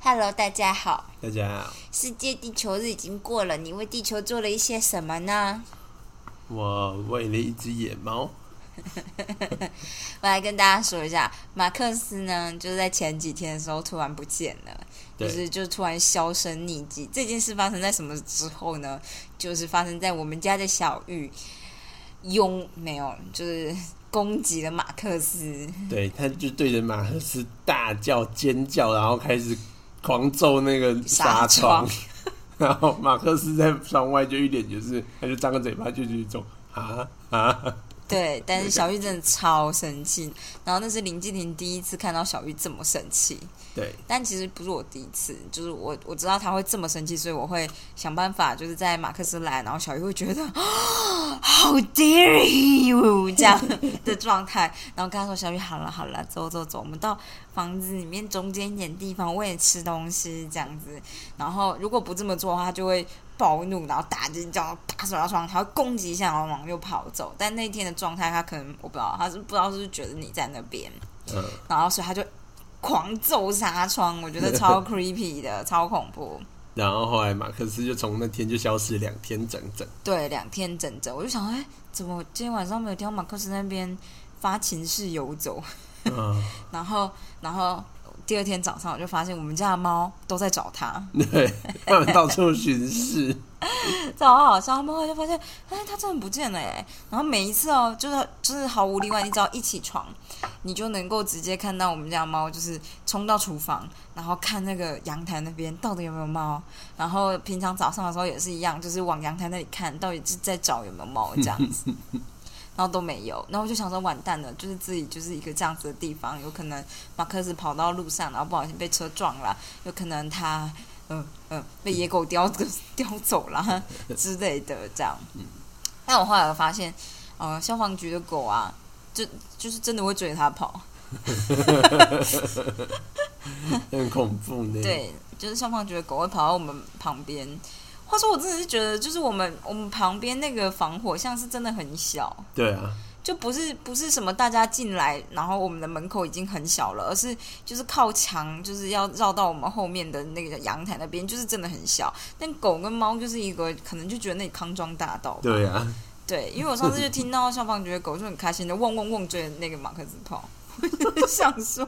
Hello，大家好。大家好，世界地球日已经过了，你为地球做了一些什么呢？我喂了一只野猫，我来跟大家说一下，马克思呢，就是在前几天的时候突然不见了，就对是就突然销声匿迹。这件事发生在什么之后呢？就是发生在我们家的小玉拥没有，就是攻击了马克思。对，它就对着马克思大叫尖叫，然后开始狂揍那个纱纱窗窗， 然后马克思在窗外就一脸就是，他就张个嘴巴就是一种啊啊，对，但是小玉真的超生气，然后那是林志玲第一次看到小玉这么生气。对但其实不是我第一次，就是我我知道他会这么生气，所以我会想办法，就是在马克思来，然后小鱼会觉得啊，How dare you 这样的状态，然后跟他说小鱼好了好了，走走走，我们到房子里面中间一点地方，我也吃东西这样子。然后如果不这么做的话，他就会暴怒，然后打这脚，打手到床，他会攻击一下，然后往右跑走。但那天的状态，他可能我不知道，他是不知道是不是觉得你在那边。嗯，然后所以他就狂揍纱窗，我觉得超 creepy 的，超恐怖。然后后来马克思就从那天就消失两天整整，对，两天整整，我就想，哎，怎么今天晚上没有听到马克思那边发情式游走？嗯，然后，然后第二天早上我就发现我们家的猫都在找他，对，他们到处巡视，找好笑，然后就发现，哎，它真的不见了哎。然后每一次哦，就是就是毫无例外，你只要一起床，你就能够直接看到我们家的猫，就是冲到厨房，然后看那个阳台那边到底有没有猫。然后平常早上的时候也是一样，就是往阳台那里看，到底是在找有没有猫这样子。然后都没有，然后我就想说完蛋了，就是自己就是一个这样子的地方，有可能马克思跑到路上，然后不小心被车撞了，有可能他嗯嗯被野狗叼 叼走了之类的这样。但我后来有发现，呃，消防局的狗啊，就就是真的会追着它跑，很恐怖呢。，对，就是消防局的狗会跑到我们旁边。话说，我真的是觉得，就是我们我们旁边那个防火巷是真的很小，对啊，就不是不是什么大家进来，然后我们的门口已经很小了，而是就是靠墙，就是要绕到我们后面的那个阳台那边，就是真的很小。但狗跟猫就是一个可能就觉得那里康庄大道吧，对啊，对，因为我上次就听到消防局的狗就很开心的汪汪汪追那个马克思跑，我就想说，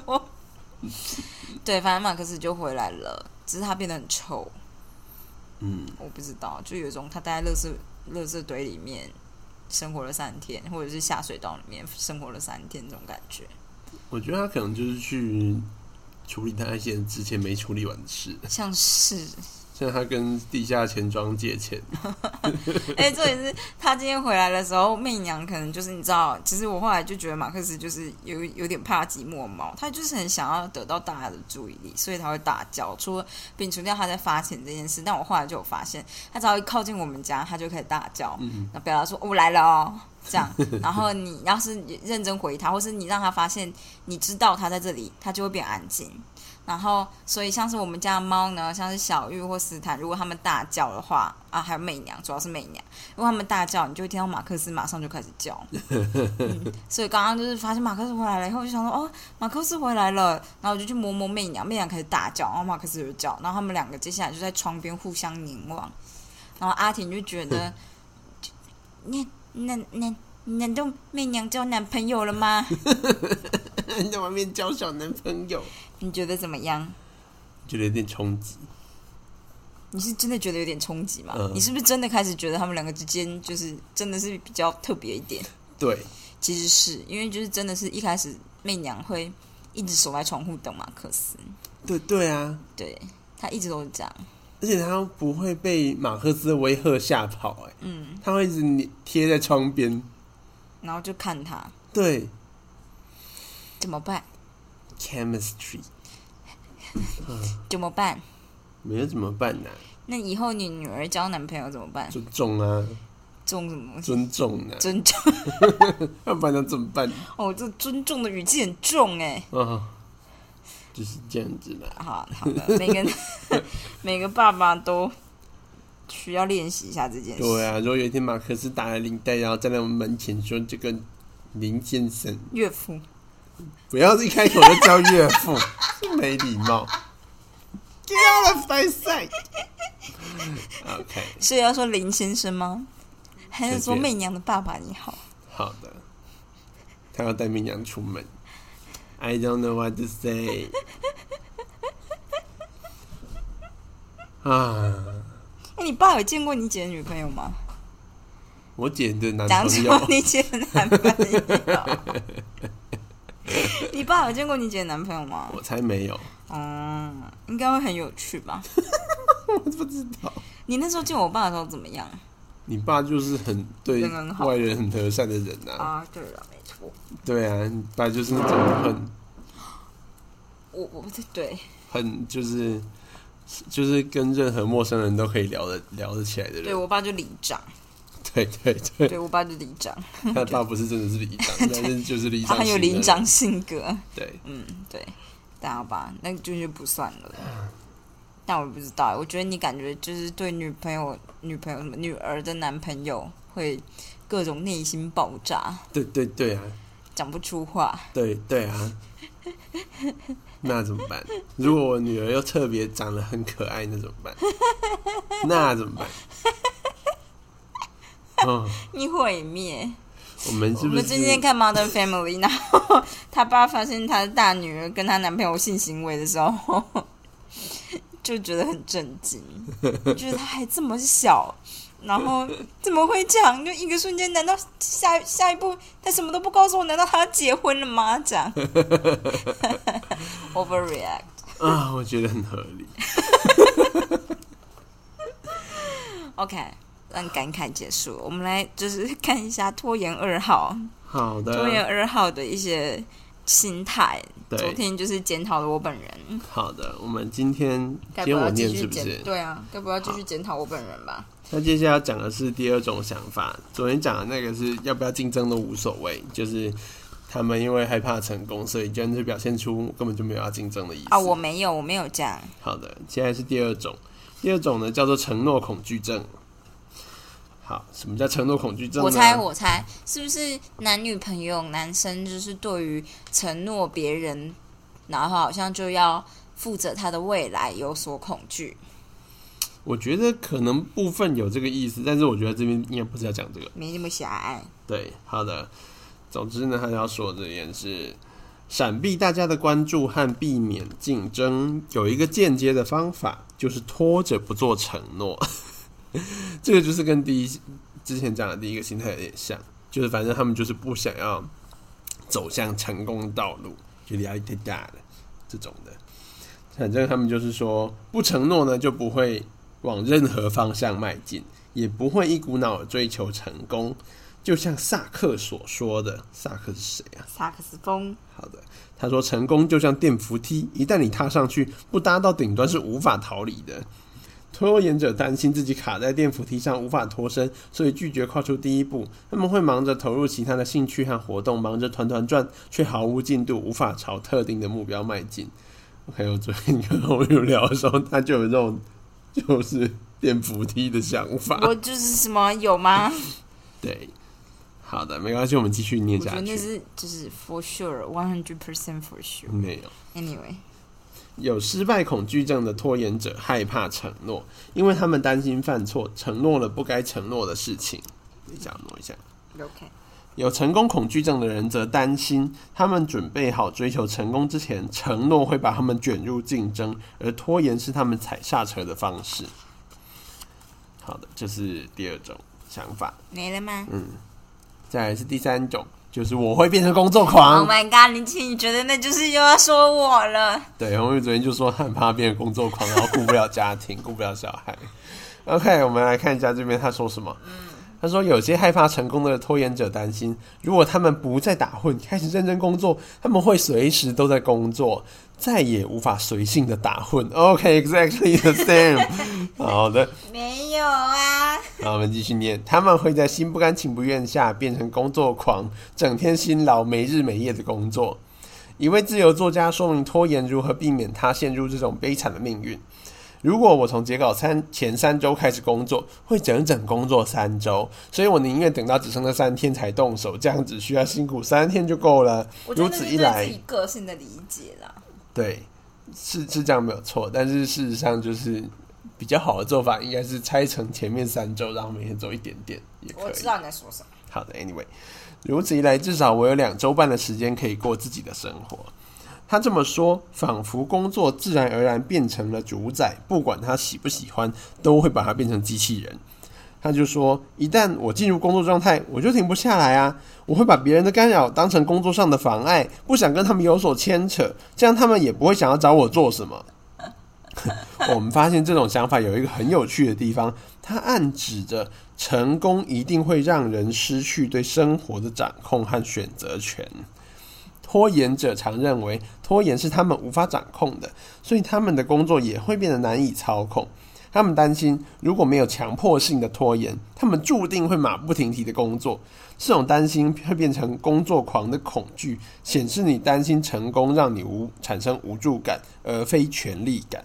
对，反正马克思就回来了，只是他变得很臭，嗯，我不知道，就有一种他待在垃圾垃圾堆里面生活了三天，或者是下水道里面生活了三天这种感觉。我觉得他可能就是去处理他一些之前没处理完的事。 像是，像他跟地下钱庄借钱， 哎、重点是他今天回来的时候，媚娘可能就是你知道，其实我后来就觉得马克思就是有有点怕寂寞猫，他就是很想要得到大家的注意力，所以他会大叫。除了摒除掉他在发情这件事，但我后来就有发现，他只要一靠近我们家，他就可以大叫，嗯，那表达说、哦我来了哦，这 样。然后你要是认真回他，或是你让他发现你知道他在这里，他就会变安静。然后，所以像是我们家的猫呢，像是小玉或斯坦，如果他们大叫的话，啊，还有媚娘，主要是媚娘，如果他们大叫，你就会听到马克思马上就开始叫。嗯、所以刚刚就是发现马克思回来了以后，我就想说，哦，马克思回来了，然后我就去摸摸媚娘，媚娘开始大叫，然后马克思就叫，然后他们两个接下来就在窗边互相凝望，然后阿婷就觉得。你难难难道媚娘交男朋友了吗？你在外面交小男朋友，你觉得怎么样？觉得有点冲击。你是真的觉得有点冲击吗？嗯你是不是真的开始觉得他们两个之间就是真的是比较特别一点？对，其实是因为就是真的是一开始媚娘会一直守在窗户等马克思，对对啊，对她一直都是这样。而且他不会被马克思的威吓吓跑、哎，嗯，他会一直黏贴在窗边。然后就看她对怎么办， ，chemistry 怎么办？没有怎么办呢、那以后你女儿交男朋友怎么办？尊重啊，重什么东西？尊重啊，尊重要不然能怎么办？哦，这尊重的语气很重哎、啊、就是这样子啦。好好的，每 个每个爸爸都需要练习一下这件事。对啊，如果有一天马克思打了领带，然后站在我们门前说：“这个林先生，岳父，不要一开口就叫岳父，是没礼貌。” Get out of my sight. OK，是要说林先生吗？还是说谢谢媚娘的爸爸你好？好的。他要带媚娘出门。I don't know what to say. 啊，哎、你爸有见过你姐的女朋友吗？我姐的男讲朋出友， 你姐的男朋友。 你爸有见过你姐的男朋友吗？我才没有，哦、应该会很有趣吧？我不知道。你那时候见我爸的时候怎么样？你爸就是很对人很好外人很和善的人呐、啊，啊，对了，没错，对啊，你爸就是那种很我我不对，很就是就是跟任何陌生人都可以聊得聊得起来的对人，我爸就里 长，对对对，对我爸就里长，他的爸不是真的是里 长，但是就是里他长，很有里长，性格。对，嗯，对，大家吧，那就是不算了。嗯但我不知道，我觉得你感觉就是对女朋友、女朋友什么女儿的男朋友会各种内心爆炸，对对对啊，讲不出话。对对啊，那怎么办？如果我女儿又特别长得很可爱，那怎么办？那怎么办？哦，你毁灭！我们我是不们是今天看《Modern Family》，然后 他爸发现他的大女儿跟她男朋友性行为的时候，就觉得很震 惊，觉得他还这么小，然后怎么会这样？就一个瞬间，难道下下一步他什么都不告诉我？难道他要结婚了吗？这 样，overreact。啊，我觉得很合理。 OK，让感慨结束，我们来就是看一下拖延二号。嗯好的，拖延二号的一些心态。对昨天就是检讨了我本人，好的，我们今天该今不天要我继念续是不检？是？对啊，该不要继续检讨我本人吧？那接下来要讲的是第二种想法。昨天讲的那个是要不要竞争都无所谓，就是他们因为害怕成功，所以干脆表现出根本就没有要竞争的意思。啊，我没有，我没有这样。好的，接下来是第二种，第二种呢叫做承诺恐惧症。好，什么叫承诺恐惧症呢？我猜，我猜，是不是男女朋友，男生就是对于承诺别人，然后好像就要负责他的未来有所恐惧？我觉得可能部分有这个意思，但是我觉得这边应该不是要讲这个。没那么狭隘。对，好的。总之呢，他要说的这点是，闪避大家的关注和避免竞争，有一个间接的方法，就是拖着不做承诺。 这个就是跟第一之前讲的第一个心态有点像，就是反正他们就是不想要走向成功的道路，就压力太大了这种的。反正他们就是说，不承诺呢，就不会往任何方向迈进，也不会一股脑儿追求成功。就像萨克所说的，萨克是谁啊？萨克斯风，好的，他说成功就像电扶梯，一旦你踏上去，不搭到顶端是无法逃离的。拖延者担心自己卡在电扶梯上无法脱身，所以拒绝跨出第一步。他们会忙着投入其他的兴趣和活动，忙着团团转，却毫无进度，无法朝特定的目标迈进。还有昨天跟欧友聊的时候，他就有这种就是电扶梯的想法。我就是什么有 吗？对，好的，没关系，我们继续念我觉下得那去。是就是 for sure，one hundred percent for sure。没有。 Anyway，嗯有失败恐惧症的拖延者害怕承诺，因为他们担心犯错，承诺了不该承诺的事情。你想挪一下。 OK，有成功恐惧症的人则担心，他们准备好追求成功之前，承诺会把他们卷入竞争，而拖延是他们踩刹车的方式。好的，这是第二种想法。没了吗？再来是第三种，就是我会变成工作狂 Oh。my god，林青，你觉得那就是又要说我了？对，红玉昨天就说他很怕变成工作狂，然后顾不了家庭， 顾不了小孩。OK，我们来看一下这边他说什么。他说有些害怕成功的拖延者担心，如果他们不再打混，开始认真工作，他们会随时都在工作，再也无法随性的打混。OK，exactly、the same 。好的，没有啊， 好，我们继续念。他们会在心不甘情不愿下变成工作狂，整天辛劳，没日没夜的工作。一位自由作家说明拖延如何避免他陷入这种悲惨的命运。如果我从截稿三前三周开始工作，会整整工作三周，所以我宁愿等到只剩那三天才动手，这样只需要辛苦三天就够了。我觉如得那此是一对来自己，个性的理解啦。对，是是这样没有错，但是事实上就是比较好的做法应该是拆成前面三周，然后每天走一点点也可我以。知道你在说什么。好的，Anyway，如此一来，至少我有两周半的时间可以过自己的生活。他这么说，仿佛工作自然而然变成了主宰，不管他喜不喜欢，都会把他变成机器人。他就说，一旦我进入工作状态，我就停不下来啊！我会把别人的干扰当成工作上的妨碍，不想跟他们有所牵扯，这样他们也不会想要找我做什么。 我们发现这种想法有一个很有趣的地方，它暗指着成功一定会让人失去对生活的掌控和选择权。拖延者常认为拖延是他们无法掌控的，所以他们的工作也会变得难以操控。他们担心，如果没有强迫性的拖延，他们注定会马不停蹄的工作。这种担心会变成工作狂的恐惧，显示你担心成功让你无产生无助感，而非权力感。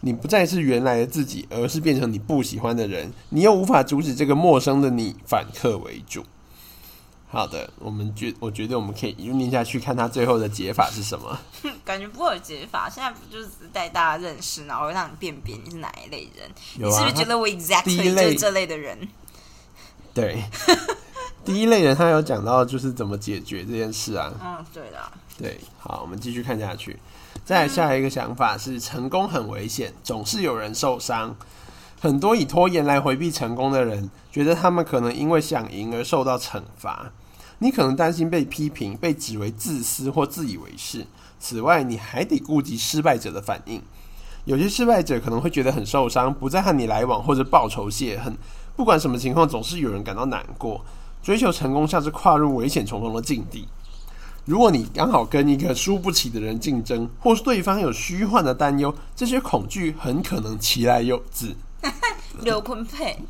你不再是原来的自己，而是变成你不喜欢的人，你又无法阻止这个陌生的你反客为主。好的，我们觉我觉得我们可以一路念下去，看他最后的解法是什么。感觉不会有解法，现在不就是只是带大家认识，然后让你辨别你是哪一类人？有啊你是不是觉得我第一 exactly 就类是这类的人？对， 第一类人他有讲到就是怎么解决这件事啊。嗯，对的。对，好，我们继续看下去。再来下一个想法是，成功很危险，总是有人受伤。很多以拖延来回避成功的人，觉得他们可能因为想赢而受到惩罚。你可能担心被批评，被指为自私或自以为是。此外，你还得顾及失败者的反应。有些失败者可能会觉得很受伤，不再和你来往或者报仇泄恨。不管什么情况，总是有人感到难过。追求成功像是跨入危险重重的境地。如果你刚好跟一个输不起的人竞争，或是对方有虚幻的担忧，这些恐惧很可能其来有自。刘坤佩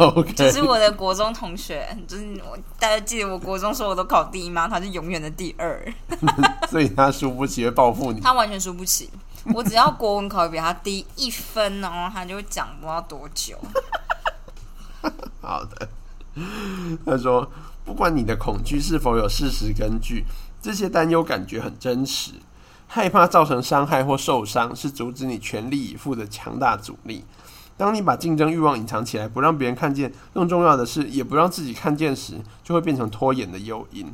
OK，就是我的国中同学，就是我大家记得我国中说我都考第一吗？他是永远的第二，所以他输不起会报复你。他完全输不起。我只要国文考得比他低一分哦，他就会讲不知道多久。好的，他说，不管你的恐惧是否有事实根据，这些担忧感觉很真实。害怕造成伤害或受伤是阻止你全力以赴的强大阻力。当你把竞争欲望隐藏起来，不让别人看见，更重要的是，也不让自己看见时，就会变成拖延的诱因。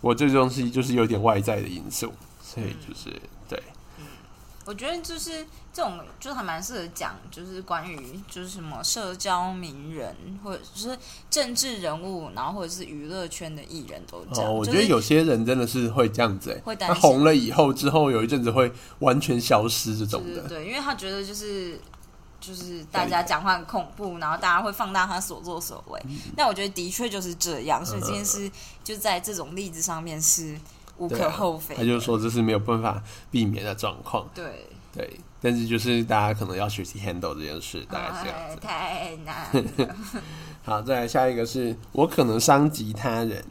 我这东西就是有点外在的因素，所以就是对，我觉得就是这种，就是还蛮适合讲，就是关于就是什么社交名人，或者是政治人物，然后或者是娱乐圈的艺人都这样。哦，我就觉得是有些人真的是会这样子、欸，会担他心红了以后，之后有一阵子会完全消失这种对的对。对，因为他觉得就是就是大家讲话很恐怖，然后大家会放大他所作所嗯为。那我觉得的确就是这样，所以这件事就在这种例子上面是无对可啊厚非他的。就说这是没有办法避免的状况，对，对。但是就是大家可能要学习 handle 这件事，大概是这样哎子。太难 了。好，再来下一个是我可能伤及他人，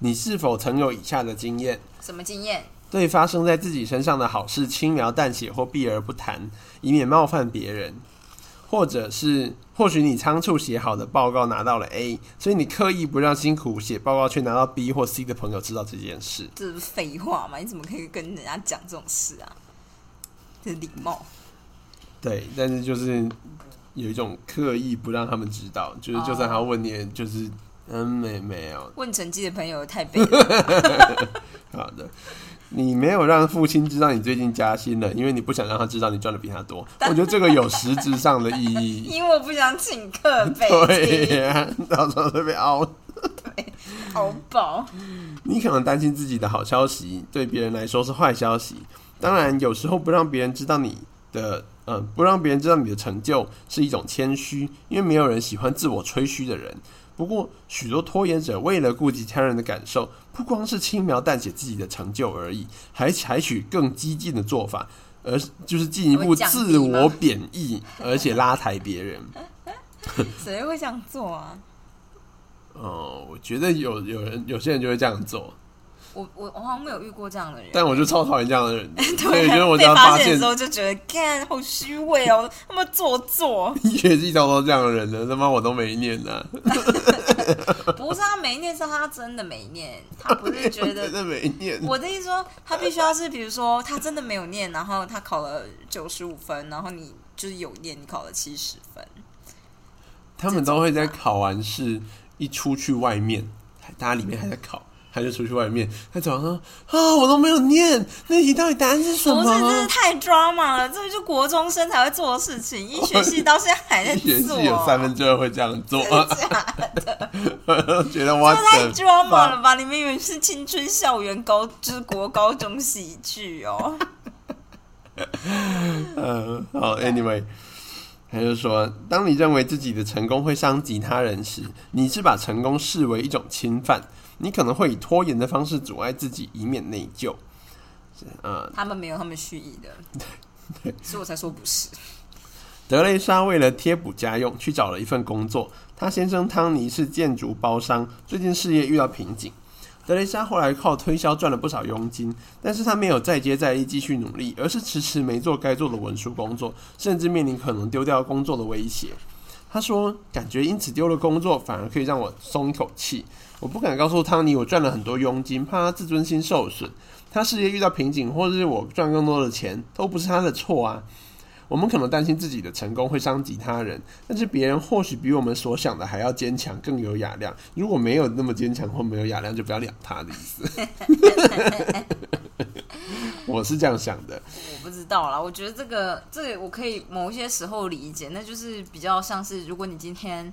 你是否曾有以下的经验？什么经验？对发生在自己身上的好事轻描淡写或避而不谈，以免冒犯别人，或者是或许你仓促写好的报告拿到了 A，所以你刻意不让辛苦写报告却拿到 B 或 C 的朋友知道这件事。这不是废话嘛？你怎么可以跟人家讲这种事啊？这是礼貌。对，但是就是有一种刻意不让他们知道，就是就算他问你也，就是嗯没没有 问成绩的朋友 太悲了，好的。你没有让父亲知道你最近加薪了，因为你不想让他知道你赚的比他多。我觉得这个有实质上的意 义。因为我不想请客被对呀、 到时候会被凹。好饱。你可能担心自己的好消息对别人来说是坏消息，当然有时候不让别人知道你的，嗯、不让别人知道你的成就是一种谦虚，因为没有人喜欢自我吹嘘的人。不过，许多拖延者为了顾及他人的感受，不光是轻描淡写自己的成就而已，还采取更激进的做法，而就是进一步会降低自我吗贬义，而且拉抬别人。谁会这样做啊？哦，我觉得有有人有些人就会这样做，我我我好像没有遇过这样的人。 但我就超讨厌这样的人的，所以对，觉得我只被要发现的时候就觉得，看好虚伪 哦，那么做作。 学系上都这样的人了，他妈我都没念呐、不是他没念，是他真的没念，他不是觉 我得 真。的没念。我的意思说，他必须要是，比如说他真的没有念，然后他考了九十五分，然后你就是有念，你考了七十分，他们都会在考完试一出去外面，大家里面还在考，他就出去外面，他早上啊，我都没有念，那题到底答案是什不是，真是么？太 drama 了，这就国中生才会做的事情，医学系到现在还在学 做， 系有三分之二会这样做，真的假的觉得 我太的 drama 了吧？你们以为是青春校园高，就是国高中喜剧哦？嗯， 好，anyway，他就说，当你认为自己的成功会伤及他人时，你是把成功视为一种侵犯，你可能会以拖延的方式阻碍自己，以免内疚。是呃，他们没有，他们蓄意的，所以我才说不是。德雷莎为了贴补家用，去找了一份工作。她先生汤尼是建筑包商，最近事业遇到瓶颈。德雷莎后来靠推销赚了不少佣金，但是她没有再接再厉继续努力，而是迟迟没做该做的文书工作，甚至面临可能丢掉工作的威胁。她说：“感觉因此丢了工作，反而可以让我松一口气。我不敢告诉汤尼我赚了很多佣金，怕他自尊心受损。他事业遇到瓶颈，或者是我赚更多的钱，都不是他的错啊。”我们可能担心自己的成功会伤及他人，但是别人或许比我们所想的还要坚强，更有雅量。如果没有那么坚强或没有雅量，就不要鸟他的意思。 我是这样想的，我不知道啦，我觉得这个这个我可以某一些时候理解，那就是比较像是如果你今天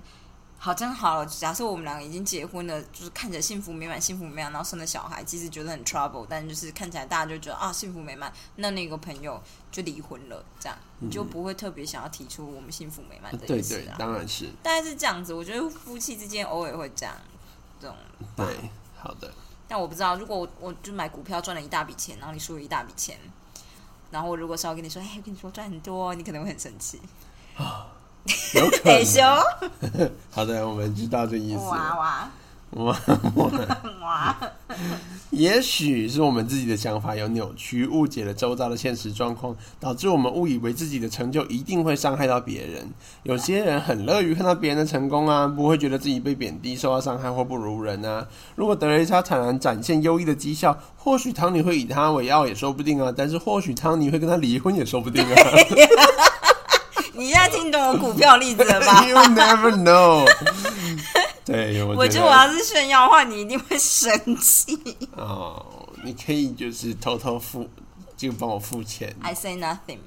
好真好了，假设我们两个已经结婚了，就是看起来幸福美满、幸福美满，然后生了小孩，其实觉得很 trouble，但就是看起来大家就觉得啊幸福美满，那那个朋友就离婚了，这样你就不会特别想要提出我们幸福美满这对件事呃对啊，。当然是大概是这样子，我觉得夫妻之间偶尔会这样，这种对，好的，但我不知道，如果我我就买股票赚了一大笔钱，然后你输了一大笔钱，然后我如果稍微跟你说，哎，我跟你说赚很多哦，你可能会很生气，有 可害羞能。，好的，我们知道这意思。哇哇哇，哇，也许是我们自己的想法有扭曲，误解了周遭的现实状况，导致我们误以为自己的成就一定会伤害到别人。有些人很乐于看到别人的成功啊，不会觉得自己被贬低、受到伤害或不如人啊。如果德雷莎坦然展现优异的绩效，或许汤尼会以他为傲也说不定啊，但是或许汤尼会跟他离婚也说不定 啊。 你现在听懂我股票例子了吧？ you never know 对。对，我我觉得我要是炫耀的话，你一定会生气。哦，你可以就是偷偷付，就帮我付钱。 I say nothing,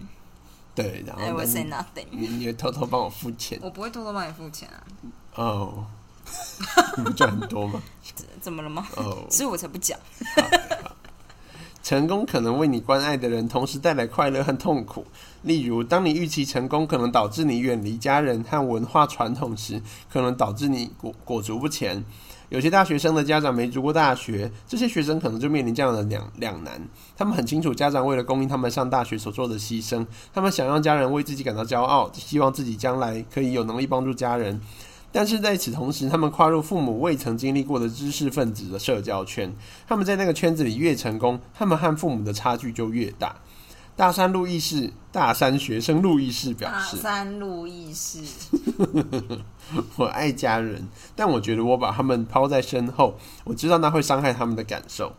对，然后 I will 呢 say 你 nothing。你你会偷偷帮我付钱我不会偷偷帮你付钱啊，哦？你不赚很多吗？怎怎么了吗？哦，所以我才不讲。成功可能为你关爱的人同时带来快乐和痛苦。例如，当你预期成功可能导致你远离家人和文化传统时，可能导致你裹裹足不前。有些大学生的家长没读过大学，这些学生可能就面临这样的两两难。他们很清楚家长为了供应他们上大学所做的牺牲，他们想让家人为自己感到骄傲，希望自己将来可以有能力帮助家人。但是在此同时，他们跨入父母未曾经历过的知识分子的社交圈，他们在那个圈子里越成功，他们和父母的差距就越大。大三路易士，大三学生路易士表大示，三路易士，我爱家人，但我觉得我把他们抛在身后，我知道那会伤害他们的感受。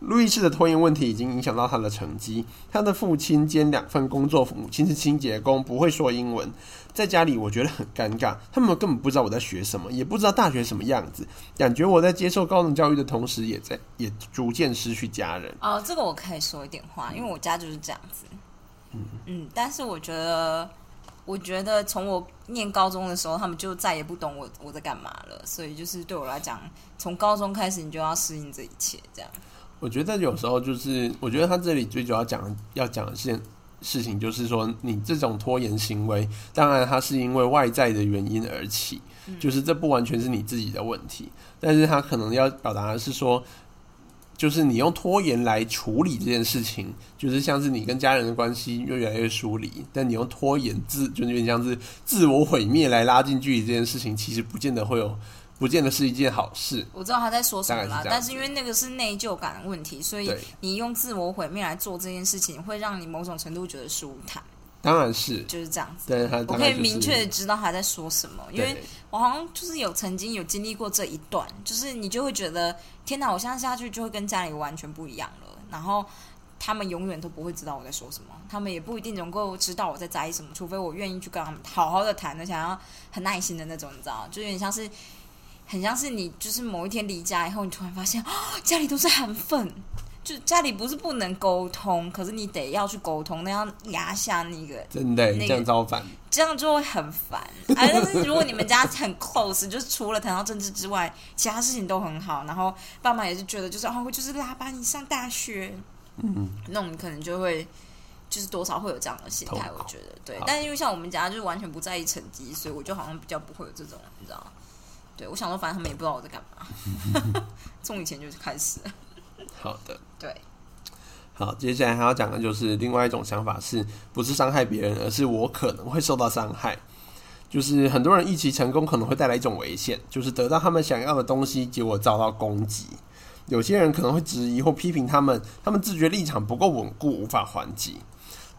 路易士的拖延问题已经影响到他的成绩。他的父亲兼两份工作，母亲是清洁工，不会说英文。在家里，我觉得很尴尬，他们根本不知道我在学什么，也不知道大学什么样子。感觉我在接受高等教育的同时，也在也逐渐失去家人。哦，这个我可以说一点话，因为我家就是这样子。嗯，但是我觉得，我觉得从我念高中的时候，他们就再也不懂我我在干嘛了，所以就是对我来讲，从高中开始你就要适应这一切，这样。我觉得有时候就是，我觉得他这里最主要讲要讲的是事情，就是说你这种拖延行为，当然它是因为外在的原因而起，嗯就是这不完全是你自己的问题，但是他可能要表达的是说。就是你用拖延来处理这件事情，就是像是你跟家人的关系越来越疏离，但你用拖延自，就有点像是自我毁灭来拉近距离这件事情，其实不见得会有不见得是一件好事。我知道他在说什么大概啦是这样，子但是因为那个是内疚感的问题，所以对你用自我毁灭来做这件事情，会让你某种程度觉得舒坦，当然是，就是这样子。但是他我大可以概、就是、明确的知道他在说什么，因为对我好像就是有曾经有经历过这一段，就是你就会觉得天哪，我现在下去就会跟家里完全不一样了，然后。他们永远都不会知道我在说什么，他们也不一定能够知道我在在意什么，除非我愿意去跟他们好好的谈，而且要很耐心的那种，你知道，就有点像是，很像是你就是某一天离家以后，你突然发现、啊 家里都是韩粉，就家里不是不能沟通，可是你得要去沟通，那样压下那个真的、那个这样造反，这样就会很 烦。哎，但是如果你们家很 close，就是除了谈到政治之外，其他事情都很好，然后爸妈也是觉得就是哦，我就是拉把你上大学，嗯，那我们可能就会就是多少会有这样的心态，痛苦我觉得对好。但是因为像我们家就是完全不在意成绩，所以我就好像比较不会有这种，你知道吗？对，我想说，反正他们也不知道我在干嘛。 从以前就开始了，好的。对，好，接下来还要讲的就是另外一种想法是，不是伤害别人，而是我可能会受到伤害。就是很多人一起成功可能会带来一种危险，就是得到他们想要的东西，结果遭到攻击。有些人可能会质疑或批评他们，他们自觉立场不够稳固，无法还击。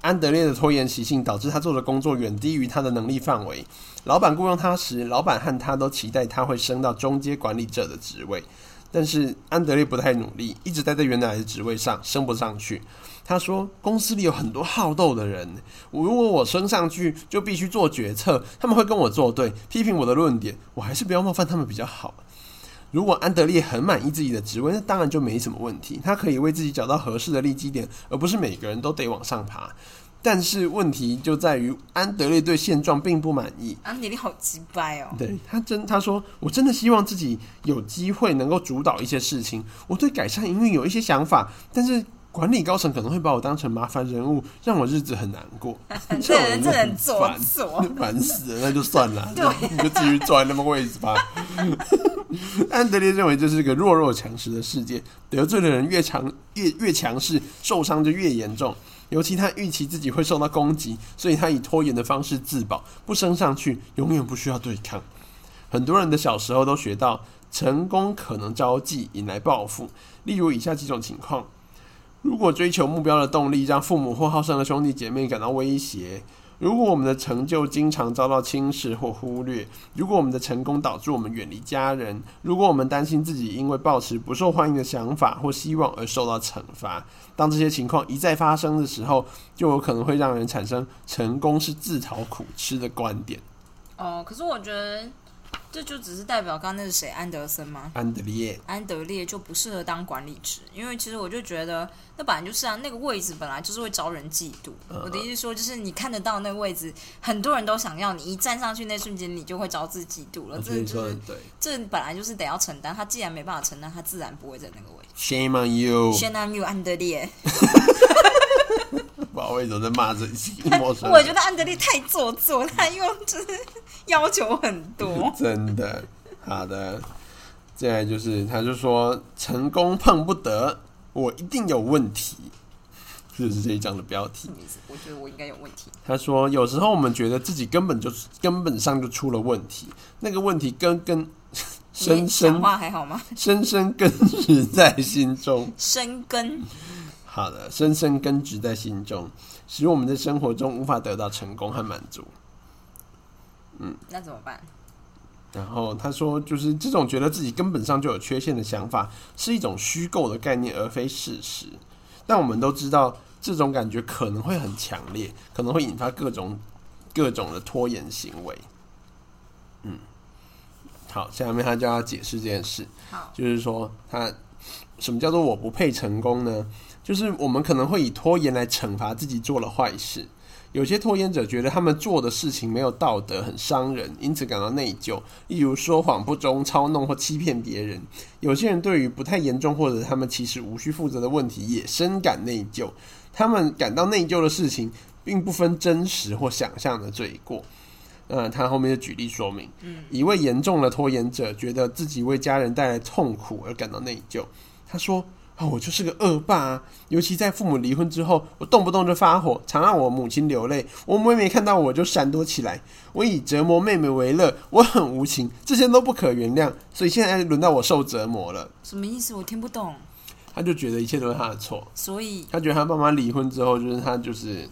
安德烈的拖延习性导致他做的工作远低于他的能力范围。老板雇佣他时，老板和他都期待他会升到中阶管理者的职位，但是安德烈不太努力，一直待在原来的职位上，升不上去。他说：“公司里有很多好斗的人，我如果我升上去，就必须做决策，他们会跟我作对，批评我的论点，我还是不要冒犯他们比较好。”如果安德烈很满意自己的职位，那当然就没什么问题，他可以为自己找到合适的利基点，而不是每个人都得往上爬。但是问题就在于安德烈对现状并不满意，安啊迪你好鸡掰哦，对他真他说，我真的希望自己有机会能够主导一些事情。我对改善营运有一些想法，但是管理高层可能会把我当成麻烦人物，让我日子很难过。 这种人人这人很做烦，作，烦死了，那就算了，对你就继续坐在那个位置吧。安德烈认为这是个弱肉强食的世界，得罪的人越强越越强势，受伤就越严重。尤其他预期自己会受到攻击，所以他以拖延的方式自保，不升上去，永远不需要对抗。很多人的小时候都学到，成功可能招忌，引来报复。例如以下几种情况：如果追求目标的动力让父母或好胜的兄弟姐妹感到威胁，如果我们的成就经常遭到轻视或忽略，如果我们的成功导致我们远离家人，如果我们担心自己因为抱持不受欢迎的想法或希望而受到惩罚，当这些情况一再发生的时候，就有可能会让人产生“成功是自讨苦吃”的观点。哦，可是我觉得这就只是代表刚刚那是谁，安德森吗？安德烈，安德烈就不适合当管理职，因为其实我就觉得那本来就是啊，那个位置本来就是会招人嫉妒。嗯我的意思是说，就是你看得到那个位置，很多人都想要你，一站上去那瞬间，你就会招致嫉妒了。我觉这得你就啊说的是很对这本来就是得要承担，他既然没办法承担，他自然不会在那个位置。 ，Shame on you！先安 you 安德烈，不知道为什么在骂自己陌 生我人，。觉得安德烈太做作，他又就是 要求很多真的好的。再来就是，他就说成功碰不得，我一定有问题，这是这一章的标题。 我觉得我应该有问题。他说，有时候我们觉得自己根本就根本上就出了问题，那个问题根根深你讲深话还好吗？深深根植在心中。生根。好的，深深根植在心中，使我们在生活中无法得到成功和满足。那怎么办？然后他说，就是这种觉得自己根本上就有缺陷的想法，是一种虚构的概念，而非事实。但我们都知道，这种感觉可能会很强烈，可能会引发各种各种的拖延行为。嗯，好，下面他就要解释这件事。好，就是说他什么叫做我不配成功呢？就是我们可能会以拖延来惩罚自己做了坏事。有些拖延者觉得他们做的事情没有道德，很伤人，因此感到内疚。例如说谎、不忠、操弄或欺骗别人。有些人对于不太严重或者他们其实无需负责的问题也深感内疚。他们感到内疚的事情，并不分真实或想象的罪过。嗯，他后面就举例说明，一位严重的拖延者觉得自己为家人带来痛苦而感到内疚。他说：“啊，我就是个恶霸、啊，尤其在父母离婚之后，我动不动就发火，常让我母亲流泪。我妹妹看到我就闪躲起来，我以折磨妹妹为乐，我很无情，这些都不可原谅。所以现在轮到我受折磨了。什么意思？我听不懂。他就觉得一切都是他的错，所以他觉得他爸妈离婚之后，就是他就是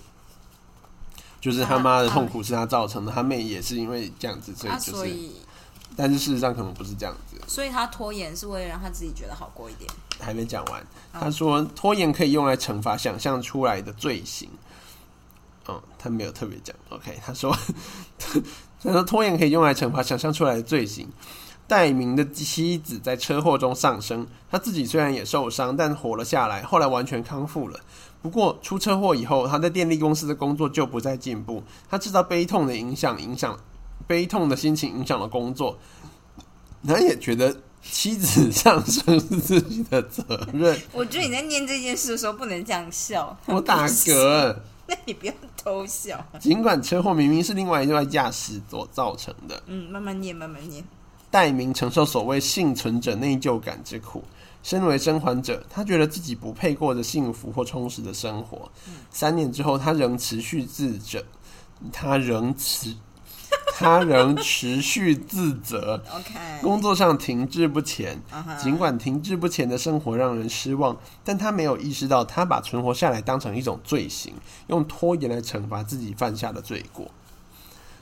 就是他妈的痛苦是他造成的，他妹也是因为这样子，所以啊，就所是，以但是事实上可能不是这样子。所以他拖延是为了让他自己觉得好过一点。还没讲完，他说拖延可以用来惩罚想象出来的罪行。嗯，他没有特别讲。OK，他说， 他说拖延可以用来惩罚想象出来的罪行。戴明的妻子在车祸中丧生，他自己虽然也受伤，但活了下来，后来完全康复了。不过出车祸以后，他在电力公司的工作就不再进步。他知道悲痛的影响，影响悲痛的心情影响了工作，他也觉得妻子上身是自己的责任。 我觉得你在念这件事的时候不能这样笑， 我打嗝。那你不要偷笑。哦尽管车祸明明是另外一位驾驶所造成的，嗯，慢慢念，慢慢念。戴明承受所谓幸存者内疚感之苦。身为生还者，他觉得自己不配过着幸福或充实的生活。三年之后，他仍持续自责，他仍持，他仍持续自责， OK，工作上停滞不前。啊哈尽管停滞不前的生活让人失望，但他没有意识到，他把存活下来当成一种罪行，用拖延来惩罚自己犯下的罪过。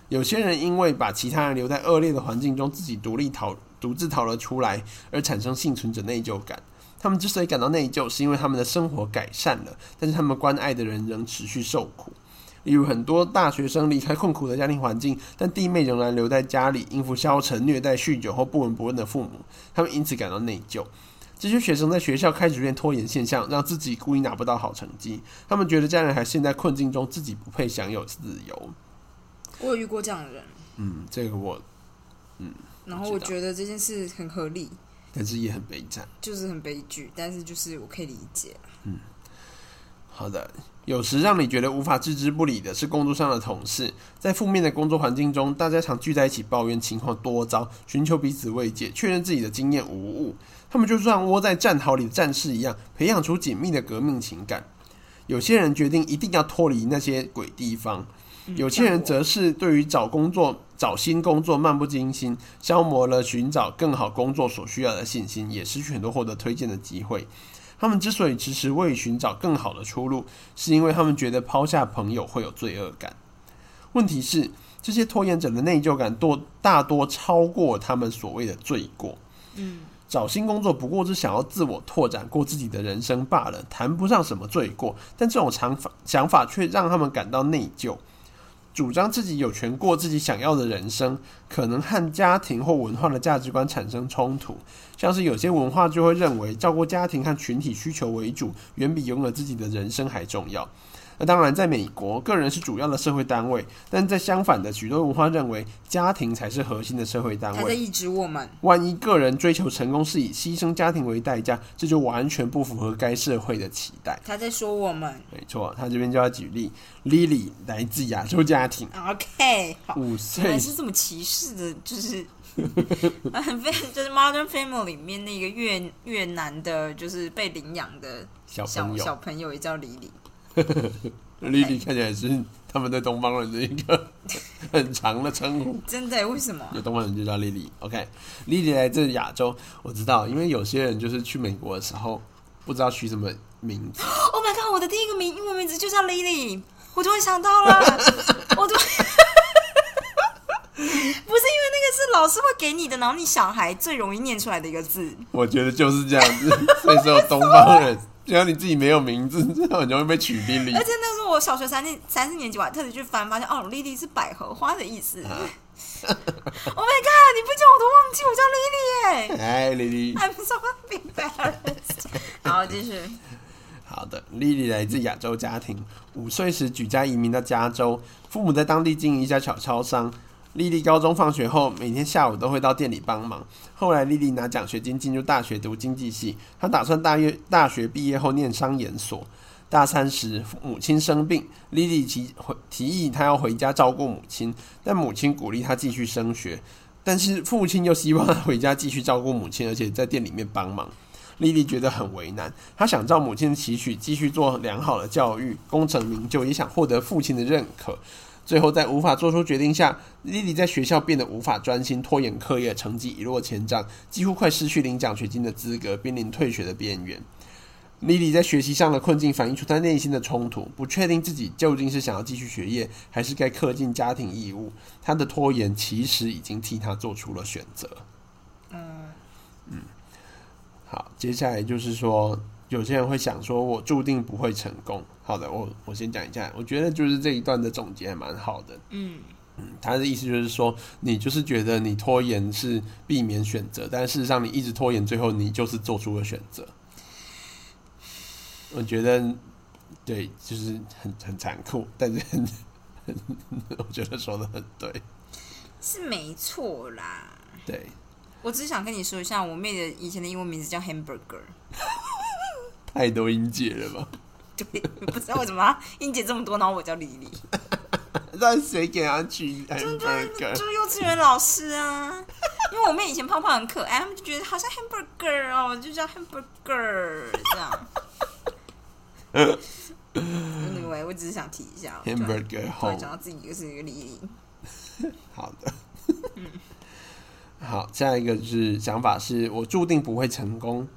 有些人因为把其他人留在恶劣的环境中，自己独立逃、独自逃了出来，而产生幸存者内疚感。他们之所以感到内疚，是因为他们的生活改善了，但是他们关爱的人仍持续受苦。例如，很多大学生离开困苦的家庭环境，但弟妹仍然留在家里应付消沉、虐待、酗酒或不闻不问的父母，他们因此感到内疚。这些学生在学校开始出现拖延现象，让自己故意拿不到好成绩。他们觉得家人还陷在困境中，自己不配享有自由。我有遇过这样的人，嗯，这个我，然后我觉得这件事很合理，但是也很悲惨。就是很悲剧，但是就是我可以理解。好的，有时让你觉得无法置之不理的是工作上的同事，在负面的工作环境中，大家常聚在一起抱怨情况多糟，寻求彼此慰藉，确认自己的经验无误。他们就像窝在战壕里的战士一样，培养出紧密的革命情感。有些人决定一定要脱离那些鬼地方，有些人则是对于找工作、找新工作漫不经心，消磨了寻找更好工作所需要的信心，也失去很多获得推荐的机会。他们之所以迟迟未寻找更好的出路，是因为他们觉得抛下朋友会有罪恶感。问题是，这些拖延者的内疚感多大多超过他们所谓的罪过。嗯，找新工作不过是想要自我拓展过自己的人生罢了，谈不上什么罪过。但这种想法想法却让他们感到内疚，主张自己有权过自己想要的人生，可能和家庭或文化的价值观产生冲突。像是有些文化就会认为，照顾家庭和群体需求为主，远比拥有自己的人生还重要。那当然，在美国，个人是主要的社会单位，但在相反的许多文化认为，家庭才是核心的社会单他位在。抑制我们，万一个人追求成功是以牺牲家庭为代价，这就完全不符合该社会的期待。他在说我们。没错，他这边就要举例，Lily 来自亚洲家庭， OK，好，五原岁来是这么歧视的，就是 啊很非就是 Modern Family 里面那个越越南的，就是被领养的小小朋小友朋友也叫李李。 ，Lily 看起来是他们对东方人的一个很长的称呼。真的？为什么？有东方人就叫 Lily。OK，Lily 来自亚洲，我知道，因为有些人就是去美国的时候不知道取什么名字， Oh my god！我的第一个名英文名字就叫 Lily，我突然想到 了，我突然 不是因为那个是老师会给你的，然后你小孩最容易念出来的一个字。我觉得就是这样子，所以说东方人。只要你自己没有名字，这样很容易被取 Lily 而。且那时候我小学三年三四年级，我还特地去翻，发现哦，Lily 是百合花的意思。oh my god！你不讲我都忘记我叫 Lily 耶、哎，Lily， I'm so embarrassed。好， 继续。好的，莉莉来自亚洲家庭，五岁时举家移民到加州，父母在当地经营一家小超商。莉莉高中放学后，每天下午都会到店里帮忙。后来，莉莉拿奖学金进入大学读经济系，她打算大约大学毕业后念商研所。大三时，母亲生病，莉莉提回提议她要回家照顾母亲，但母亲鼓励她继续升学，但是父亲又希望她回家继续照顾母亲，而且在店里面帮忙。莉莉觉得很为难，她想照母亲的期许继续做良好的教育，功成名就，也想获得父亲的认可。最后，在无法做出决定下，莉莉在学校变得无法专心，拖延课业，成绩一落千丈，几乎快失去领奖学金的资格，濒临退学的边缘。莉莉在学习上的困境反映出她内心的冲突，不确定自己究竟是想要继续学业，还是该恪尽家庭义务。她的拖延其实已经替她做出了选择。嗯，好，接下来就是说，有些人会想说，我注定不会成功。好的，我我先讲一下，我觉得就是这一段的总结还蛮好的。嗯，他的意思就是说，你就是觉得你拖延是避免选择，但事实上你一直拖延，最后你就是做出了选择。我觉得，对，就是很很残酷，但是很我觉得说的很对，是没错啦。对，我只是想跟你说一下，我妹的以前的英文名字叫 Hamburger，太多音节了吧？对， 不知道为什么她音节这么多，然后我叫莉莉， 那谁给他 取就就 hamburger？就幼稚园老师啊。因为我妹以前胖胖很可爱，他们就觉得好像 Hamburger 哦，就叫 Hamburger 这样。anyway，我只是想提一下 hamburger 突然 home 讲。到自己就是一个莉莉，好的， 好，下一个就是想法是我注定不会成功。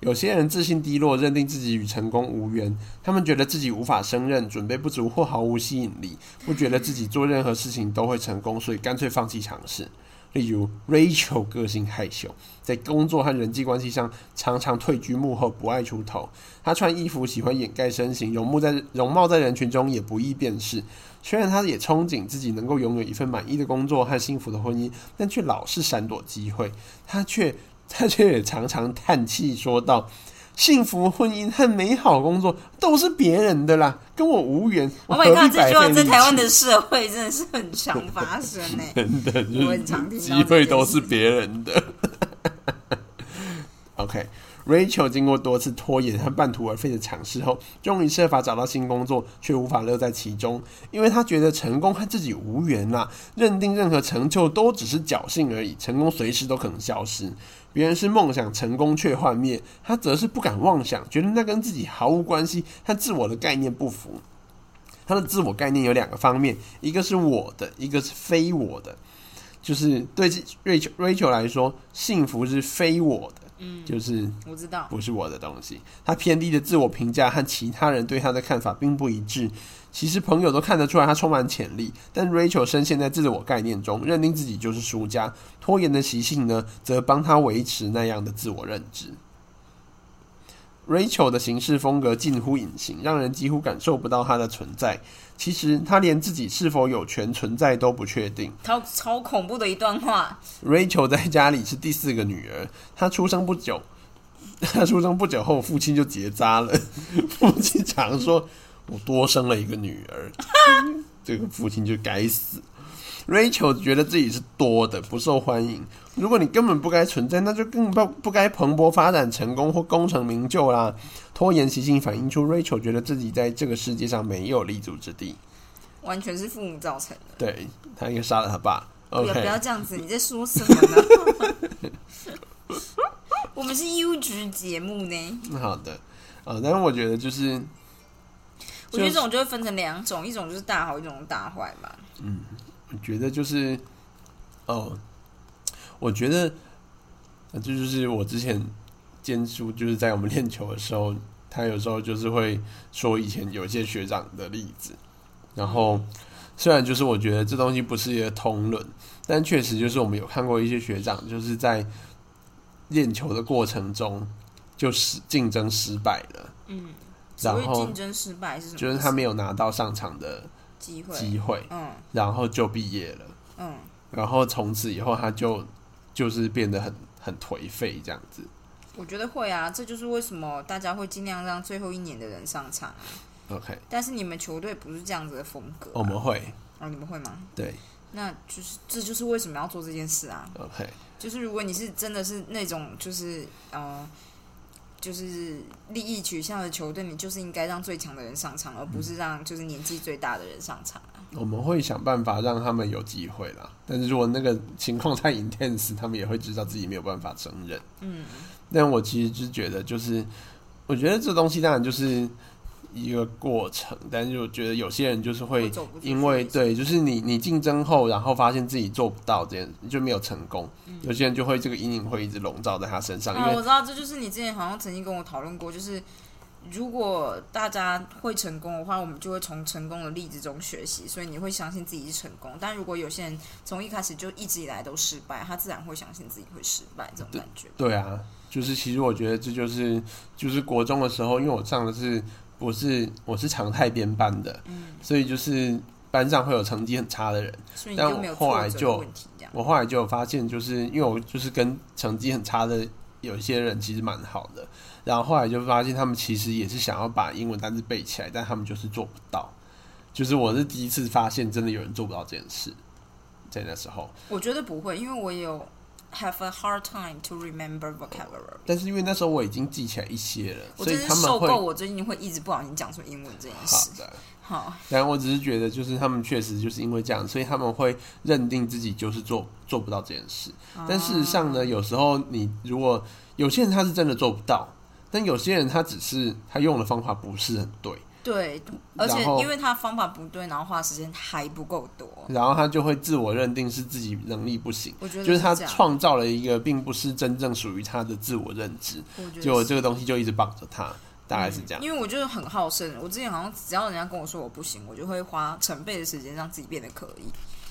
有些人自信低落，认定自己与成功无缘，他们觉得自己无法胜任，准备不足或毫无吸引力，不觉得自己做任何事情都会成功，所以干脆放弃尝试。例如，Rachel 个性害羞，在工作和人际关系上常常退居幕后，不爱出头。她穿衣服喜欢掩盖身形，容貌在容貌在人群中也不易辨识。虽然他也憧憬自己能够拥有一份满意的工作和幸福的婚姻，但却老是闪躲机会。他却他却也常常叹气说道：“幸福婚姻和美好工作都是别人的啦，跟我无缘。我 Oh 何 my 必 god！这白句话费在力台湾气的社会真的是很常发生呢、 真的，我很常听到机会都是别人的。OK，Rachel 经过多次拖延和半途而废的尝试后，终于设法找到新工作，却无法乐在其中，因为她觉得成功和自己无缘啦、认定任何成就都只是侥幸而已，成功随时都可能消失。别人是梦想成功却幻灭，她则是不敢妄想，觉得那跟自己毫无关系，和自我的概念不符。她的自我概念有两个方面，一个是我的，一个是非我的。就是对 Rachel Rachel 来说，幸福是非我的，嗯，就是我知道。不是我的东西。他偏低的自我评价和其他人对他的看法并不一致。其实朋友都看得出来他充满潜力，但 Rachel 深陷在自我概念中，认定自己就是输家。拖延的习性呢，则帮他维持那样的自我认知。Rachel 的行事风格近乎隐形，让人几乎感受不到她的存在。其实，她连自己是否有权存在都不确定。超超恐怖的一段话， Rachel 在家里是第四个女儿，她出生不久，她出生不久后，父亲就结扎了。 父亲常说：“我多生了一个女儿。” 这个父亲就该死。Rachel 觉得自己是多的，不受欢迎。如果你根本不该存在，那就更不不该蓬勃发展、成功或功成名就啦。拖延习性反映出 Rachel 觉得自己在这个世界上没有立足之地。完全是父母造成的。对他应该杀了他爸。不 OK，要不要这样子，你在说什么呢？ 我们是优质节目呢，好的，啊、但是我觉得就是，我觉得这种就会分成两种，一种就是大好，一种是大坏嘛。我觉得就是，哦，我觉得呃这就是我之前坚叔就是在我们练球的时候，他有时候就是会说以前有一些学长的例子，然后虽然就是我觉得这东西不是一个通论，但确实就是我们有看过一些学长就是在练球的过程中就是竞争失败了，嗯，所然谓后竞争失败是什么意思？就是他没有拿到上场的机会。机会，嗯然后就毕业了。嗯，然后从此以后他就就是变得很很颓废这样子。我觉得会啊，这就是为什么大家会尽量让最后一年的人上场。 OK，但是你们球队不是这样子的风格啊、我们会哦，你们会吗？对那就是这就是为什么要做这件事啊。 OK，就是如果你是真的是那种就是呃就是利益取向的球队，你就是应该让最强的人上场，而不嗯是让就是年纪最大的人上场啊。我们会想办法让他们有机会啦。但是如果那个情况太 intense，他们也会知道自己没有办法胜任。嗯，但我其实是觉得，就是我觉得这东西当然就是一个过程，但是我觉得有些人就是会会走不出去因为对，就是你你竞争后，然后发现自己做不到这件就没有成功，有些人就会这个阴影会一直笼罩在他身上，因啊，为我知道，这就是你之前好像曾经跟我讨论过，就是如果大家会成功的话，我们就会从成功的例子中学习，所以你会相信自己是成功。但如果有些人从一开始就一直以来都失败，他自然会相信自己会失败，这种感觉。对啊，就是其实我觉得这就是就是国中的时候，因为我上的是我是我是常态编班的，嗯所以就是班上会有成绩很差的人。所以你但就没有我后来挫折就的问题，这样。我后来就有发现，就是因为我就是跟成绩很差的有一些人其实蛮好的，然后后来就发现他们其实也是想要把英文单词背起来，但他们就是做不到。就是我是第一次发现，真的有人做不到这件事，在那时候。我觉得不会，因为我有 have a hard time to remember vocabulary。但是因为那时候我已经记起来一些了，我所以真是他受们会够，我最近会一直不小心讲出英文这件好事。的。好，然后我只是觉得，就是他们确实就是因为这样，所以他们会认定自己就是做做不到这件事。但事实上呢，有时候你如果有些人他是真的做不到，但有些人他只是他用的方法不是很对，对，而且然后因为他方法不对，然后花的时间还不够多，然后他就会自我认定是自己能力不行，我觉得就是他这样，创造了一个并不是真正属于他的自我认知，我觉得结果是嗯这个东西就一直绑着他，大概是这样。因为我就是很好胜，我之前好像只要人家跟我说我不行，我就会花成倍的时间让自己变得可以。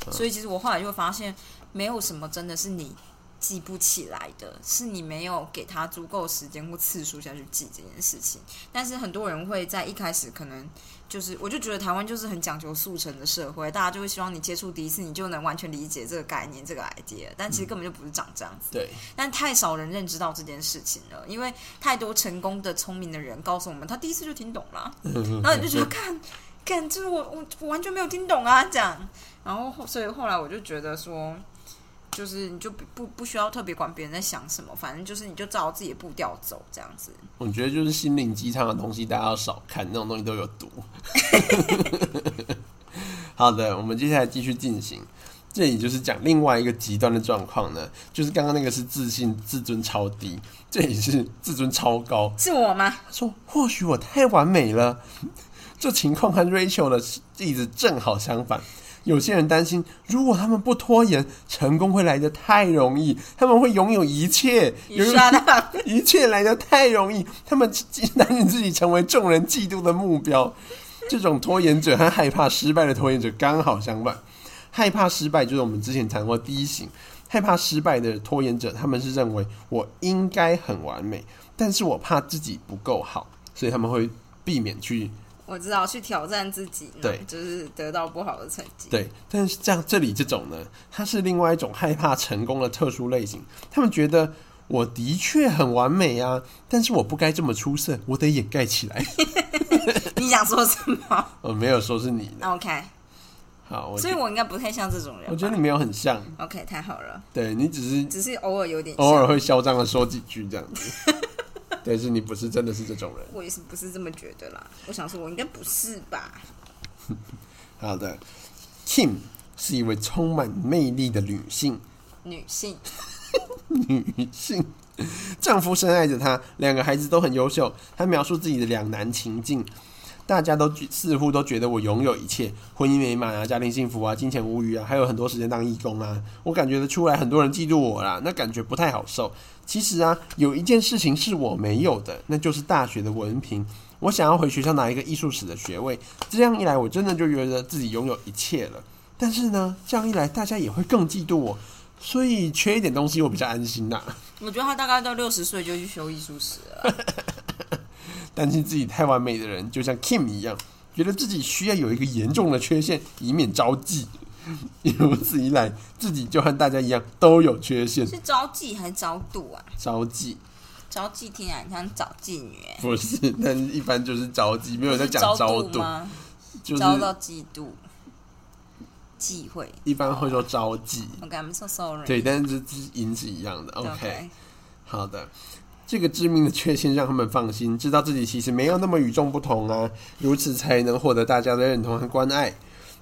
嗯所以其实我后来就会发现，没有什么真的是你记不起来的，是你没有给他足够的时间或次数下去记这件事情。但是很多人会在一开始可能就是，我就觉得台湾就是很讲求速成的社会，大家就会希望你接触第一次你就能完全理解这个概念、这个 idea，但嗯其实根本就不是长这样子。对，但太少人认知到这件事情了，因为太多成功的、聪明的人告诉我们，他第一次就听懂了，嗯然后你就觉得看，看，就是我我我完全没有听懂啊，这样。然后后所以后来我就觉得说，就是你就不不不需要特别管别人在想什么，反正就是你就照自己的步调走这样子。我觉得就是心灵鸡汤的东西，大家要少看，那种东西都有毒。 好的，我们接下来继续进行。这里就是讲另外一个极端的状况呢，就是刚刚那个是自信、自尊超低，这里是自尊超高。是我 吗？他说：“或许我太完美了。”这情况和 Rachel 的例子正好相反。有些人担心，如果他们不拖延，成功会来得太容易，他们会拥有一切，你拥有刷到 一切来得太容易，他们竟然自己成为众人嫉妒的目标。这种拖延者和害怕失败的拖延者刚好相反。害怕失败就是我们之前谈过第一型，害怕失败的拖延者，他们是认为我应该很完美，但是我怕自己不够好，所以他们会避免去我知道去挑战自己，对，就是得到不好的成绩。对，但是这样这里这种呢，它是另外一种害怕成功的特殊类型。他们觉得我的确很完美啊，但是我不该这么出色，我得掩盖起来。你想说什 么我哦没有说是你的， ？OK，好，我哦所以觉我应该不太像这种人吧。我觉得你没有很像， OK，太好了。对你只是只是偶尔有点像，偶尔会嚣张的说几句这样子， 但是你不是真的是这种人。我也是不是这么觉得啦。我想说，我应该不是吧？好的，Kim 是一位充满魅力的女性，女性，女性。丈夫深爱着她， 两个孩子都很优秀。她描述自己的两难情境，大家都觉似乎都觉得我拥有一切，婚姻美满啊，家庭幸福啊，金钱无余啊，还有很多时间当义工啊。我感觉得出来，很多人嫉妒我啦，那感觉不太好受。其实啊，有一件事情是我没有的，那就是大学的文凭。我想要回学校拿一个艺术史的学位，这样一来，我真的就觉得自己拥有一切了。但是呢，这样一来，大家也会更嫉妒我，所以缺一点东西，我比较安心呐、 我觉得她大概到六十岁就去修艺术史了。担心自己太完美的人，就像 Kim 一样，觉得自己需要有一个严重的缺陷，以免招忌。 如此一来，自己就和大家一样都有缺陷，是招妓还是招妒啊？招忌招妓听起来很像找妓女、欸，不是， 但一般就是招忌，没有在是讲招招妒吗？就是招到嫉妒、忌讳。一般会说招忌， OK，I'm、so sorry。对，但是这音是一样的。 OK，, 好的，这个致命的缺陷让他们放心，知道自己其实没有那么与众不同啊，如此才能获得大家的认同和关爱。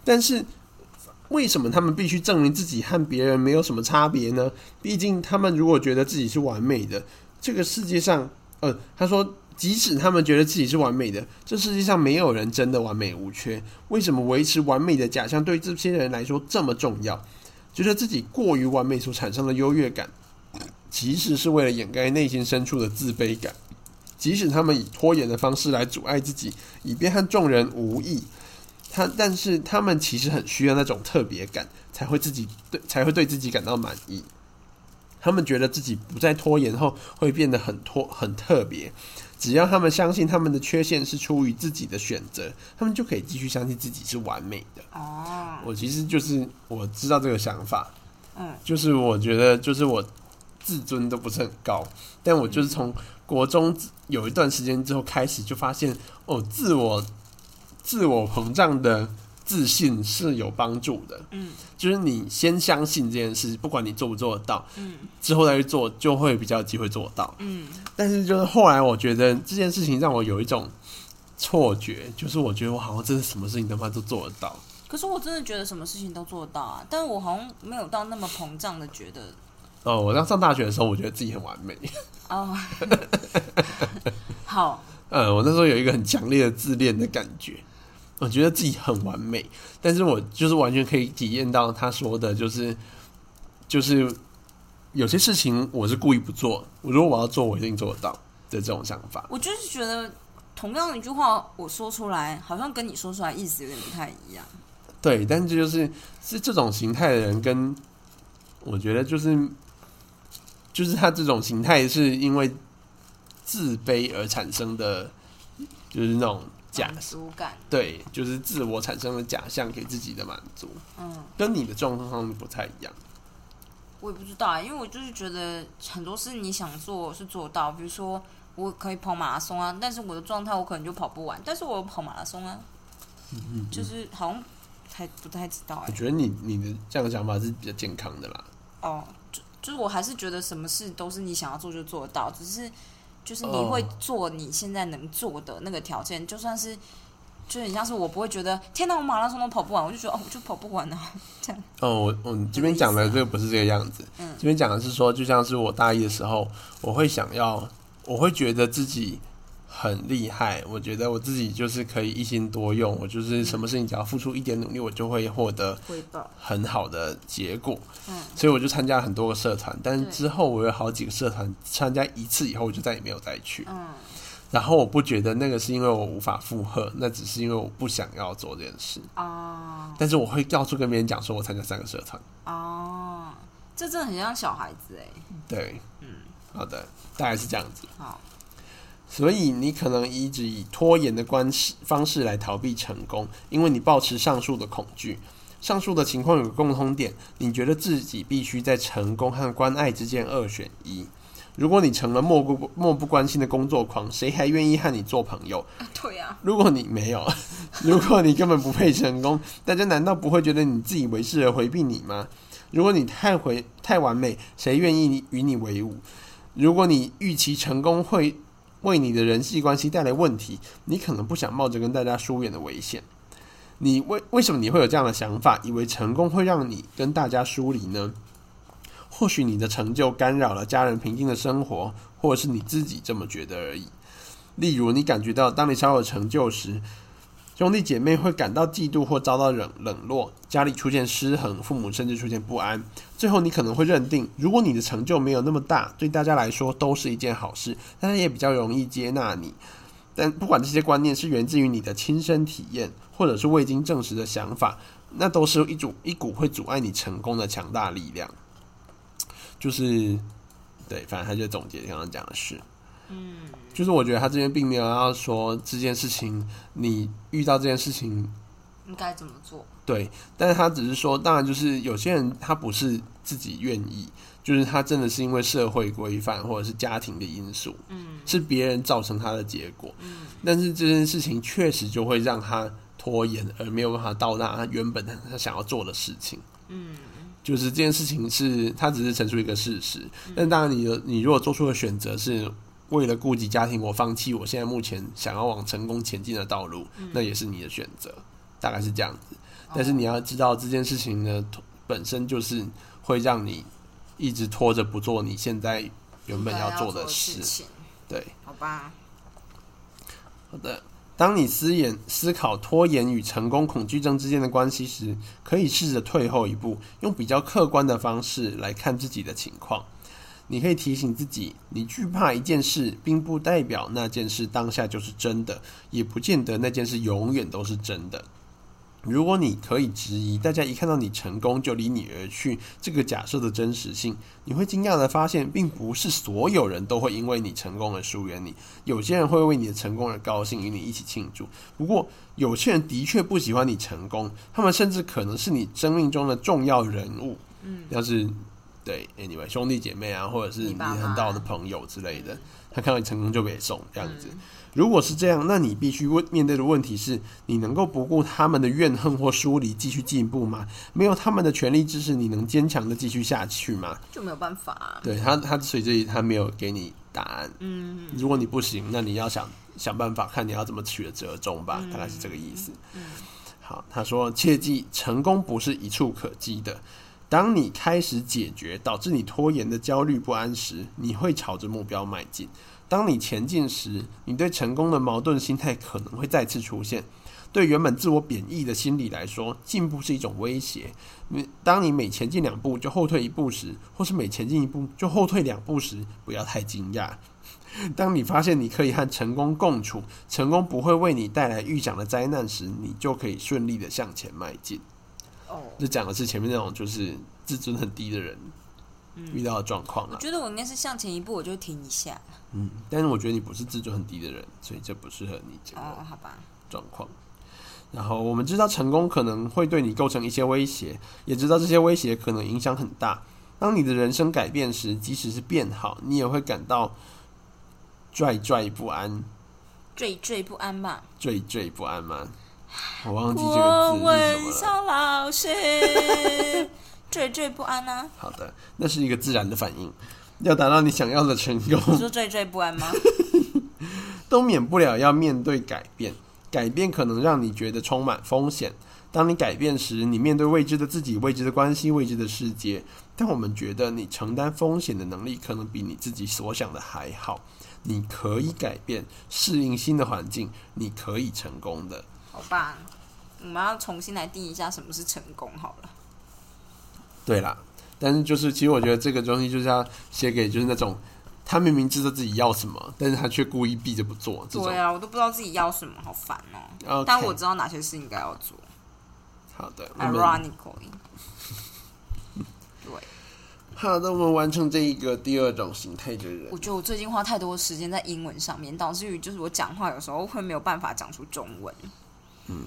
但是，为什么他们必须证明自己和别人没有什么差别呢？毕竟，他们如果觉得自己是完美的，这个世界上，呃，他说，即使他们觉得自己是完美的，这世界上没有人真的完美无缺。为什么维持完美的假象对这些人来说这么重要？觉得自己过于完美所产生的优越感，其实是为了掩盖内心深处的自卑感。即使他们以拖延的方式来阻碍自己，以便和众人无异，他但是他们其实很需要那种特别感，才会自己对才会对自己感到满意。他们觉得自己不再拖延后会变得很脱很特别。只要他们相信他们的缺陷是出于自己的选择，他们就可以继续相信自己是完美的。哦，我其实就是我知道这个想法，嗯，就是我觉得就是我自尊都不是很高，但我嗯就是从国中有一段时间之后开始就发现，哦，自我自我膨胀的自信是有帮助的，嗯，就是你先相信这件事，不管你做不做得到，嗯，之后再去做就会比较有机会做到，嗯，但是就是后来我觉得这件事情让我有一种错觉，就是我觉得我好像真的什么事情他妈都做得到。可是我真的觉得什么事情都做得到啊，但是我好像没有到那么膨胀的觉得，哦，我刚上大学的时候，我觉得自己很完美。 哦， 好，呃，我那时候有一个很强烈的自恋的感觉，我觉得自己很完美，但是我就是完全可以体验到他说的，就是就是有些事情我是故意不做，如果我要做，我一定做得到的这种想法。我就是觉得同样一句话我说出来，好像跟你说出来意思有点不太一样。对，但这就是是这种形态的人跟我觉得就是就是他这种形态是因为自卑而产生的，就是那种假满足感，对，就是自我产生的假象给自己的满足，嗯，跟你的状况不太一样。我也不知道啊，因为我就是觉得很多事你想做是做到，比如说我可以跑马拉松啊，但是我的状态我可能就跑不完，但是我有跑马拉松啊，就是好像还不太知道我哎、觉得你你的这样的想法是比较健康的啦。哦，就就是我还是觉得什么事都是你想要做就做得到，只是就是你哦会做你现在能做的那个条件，就算是。就很像是我不会觉得天哪，我马拉松都跑不完，我就觉得哦，我就跑不完啊。哦，我我你这边讲的这个不是这个样子，嗯这边讲的是说，就像是我大一的时候，我会想要，我会觉得自己很厉害，我觉得我自己就是可以一心多用，我就是什么事情只要付出一点努力，我就会获得回报，很好的结果。嗯，所以我就参加了很多个社团，但是对之后我有好几个社团参加一次以后，我就再也没有再去。嗯，然后我不觉得那个是因为我无法负荷，那只是因为我不想要做这件事。哦但是我会到处跟别人讲说我参加三个社团。哦，这真的很像小孩子哎、对，嗯，好的，大概是这样子。好，所以你可能一直以拖延的关系方式来逃避成功，因为你抱持上述的恐惧。上述的情况有个共通点，你觉得自己必须在成功和关爱之间二选一。如果你成了漠不漠不关心的工作狂，谁还愿意和你做朋友？啊对呀、如果你没有， 如果你根本不配成功，大家难道不会觉得你自以为是而回避你吗？如果你太回太完美，谁愿意与你为伍？如果你预期成功会为你的人际关系带来问题，你可能不想冒着跟大家疏远的危险。你为为什么你会有这样的想法，以为成功会让你跟大家疏离呢？或许你的成就干扰了家人平静的生活，或者是你自己这么觉得而已。例如，你感觉到当你稍有成就时，兄弟姐妹会感到嫉妒或遭到冷冷落，家里出现失衡，父母甚至出现不安。最后，你可能会认定，如果你的成就没有那么大，对大家来说都是一件好事，大家也比较容易接纳你。但不管这些观念是源自于你的亲身体验，或者是未经证实的想法，那都是一种一股会阻碍你成功的强大力量。就是，对，反正他就总结刚刚讲的事。就是我觉得他这边并没有要说这件事情，你遇到这件事情应该怎么做？对，但是他只是说，当然就是有些人他不是自己愿意，就是他真的是因为社会规范或者是家庭的因素，嗯，是别人造成他的结果，嗯，但是这件事情确实就会让他拖延，而没有办法到达他原本他想要做的事情。嗯，就是这件事情是他只是陈述一个事实，但当然你有你如果做出的选择是为了顾及家庭，我放弃我现在目前想要往成功前进的道路，那也是你的选择，大概是这样子。但是你要知道这件事情呢，拖本身就是会让你一直拖着不做你现在原本对要做的的事。情，对，好吧？好的。当你思研思考拖延与成功恐惧症之间的关系时，可以试着退后一步，用比较客观的方式来看自己的情况。你可以提醒自己，你惧怕一件事，并不代表那件事当下就是真的，也不见得那件事永远都是真的。如果你可以质疑大家一看到你成功就离你而去这个假设的真实性，你会惊讶的发现，并不是所有人都会因为你成功而疏远你。有些人会为你的成功而高兴，与你一起庆祝。不过，有些人的确不喜欢你成功，他们甚至可能是你生命中的重要人物。嗯，要是对，anyway，兄弟姐妹啊，或者是你你爸妈很好的朋友之类的，他看到你成功就被送这样子。嗯如果是这样，那你必须问面对的问题是：你能够不顾他们的怨恨或疏离继续进步吗？没有他们的全力支持，你能坚强的继续下去吗？就没有办法、啊。对他，他所以这里他没有给你答案。嗯，如果你不行，那你要想想办法，看你要怎么取得折中吧，大概是这个意思。好，他说切记，成功不是一触可及的。当你开始解决导致你拖延的焦虑不安时，你会朝着目标迈进。当你前进时，你对成功的矛盾心态可能会再次出现。对原本自我贬义的心理来说，进步是一种威胁。你当你每前进两步就后退一步时，或是每前进一步就后退两步时，不要太惊讶。当你发现你可以和成功共处，成功不会为你带来预想的灾难时，你就可以顺利的向前迈进。哦，这讲的是前面那种就是自尊很低的人遇到的状况嗯我啦。觉得我应该是向前一步，我就停一下。嗯，但是我觉得你不是自尊很低的人，所以这不适合你这个哦，好吧，状况。然后我们知道成功可能会对你构成一些威胁，也知道这些威胁可能影响很大。当你的人生改变时，即使是变好，你也会感到惴惴不安，惴惴不安吧。惴惴不安吗？我忘记这我个字问是什么了。肖老师， 惴惴不安啊？好的，那是一个自然的反应。要达到你想要的成你 功，说惴惴不安吗？都免不了要面对改变。改变可能让你觉得充满风险。当你改变时，你面对未知的自己、未知的关系、未知的世界。但我们觉得你承担风险的能力可能比你自己所想的还好。你可以改变，适应新的环境，你可以成功的。好吧，我们要重新来定一下什么是成功好了。对啦，但是就是，其实我觉得这个东西就是要写给就是那种他明明知道自己要什么，但是他却故意避着不做这种对。啊，我都不知道自己要什么，好烦哦、 OK，但我知道哪些事应该要做好的，我们，ironically。对，好的，我们完成这一个第二种形态的人我，觉得我最近花太多时间在英文上面，导致于就是我讲话有时候会没有办法讲出中文。嗯，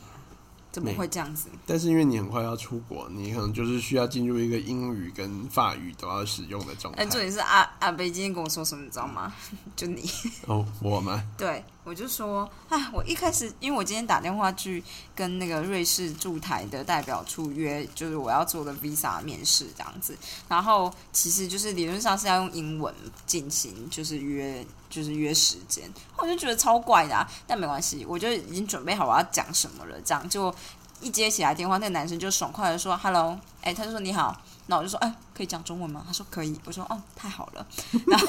怎么没会这样子？但是因为你很快要出国，你可能就是需要进入一个英语跟法语都要使用的状态哎，。重点是阿阿北今天跟我说什么，你知道吗？ 就你，哦，我吗？对我就说，哎，我一开始因为我今天打电话去跟那个瑞士驻台的代表处约，就是我要做的 visa 面试这样子，然后其实就是理论上是要用英文进行，就是约就是约时间，我就觉得超怪的、啊，但没关系，我就已经准备好我要讲什么了，这样就一接起来电话，那个男生就爽快的说 “hello”，哎、他就说你好，那我就说哎、可以讲中文吗？他说可以，我说哦，太好了，然后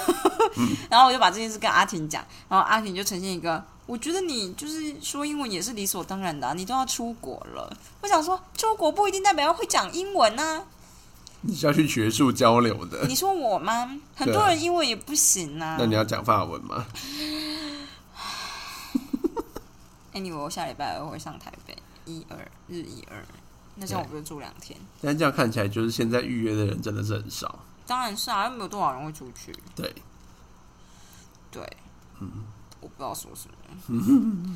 然后我就把这件事跟阿婷讲，然后阿婷就呈现一个，我觉得你就是说英文也是理所当然的啊、你都要出国了，我想说出国不一定代表要会讲英文啊，你是要去学术交流的，你说我吗？很多人英文也不行啊啊那。你要讲法文吗？ Anyway，我下礼拜二会上台北，一二日一二，那这样我不是住两天？但这样看起来，就是现在预约的人真的是很少。当然是啊，又没有多少人会出去。对，对，嗯我不知道说什么。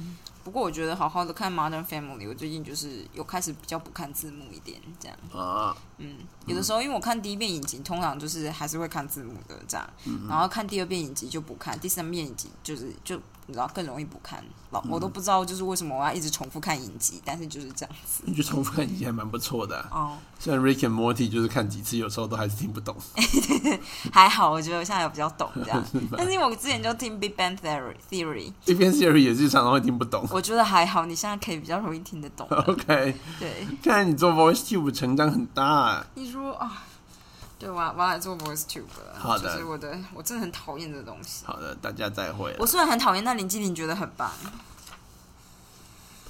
不过我觉得好好的看《Modern Family》，我最近就是有开始比较不看字幕一点，这样。啊，嗯，有的时候因为我看第一遍影集，通常就是还是会看字幕的这样，嗯然后看第二遍影集就不看，第三遍影集就是就你知道更容易不看。老嗯我都不知道就是为什么我要一直重复看影集，但是就是这样子。你去重复看以前还蛮不错的啊、哦，虽然 Rick and Morty 就是看几次，有时候都还是听不懂。 还好，我觉得我现在有比较懂这样，但是因为我之前就听 Big Bang Theory Theory，这篇 Siri 也是常常会听不懂。 我觉得还好，你现在可以比较容易听得懂了。 OK，对，看来你做 Voice Tube 成长很大啊、你说啊，对，我要我要来做 Voice Tube 了。好的就是我的，我真的很讨厌这东西。好的，大家再会了。我虽然很讨厌，但林志玲觉得很棒。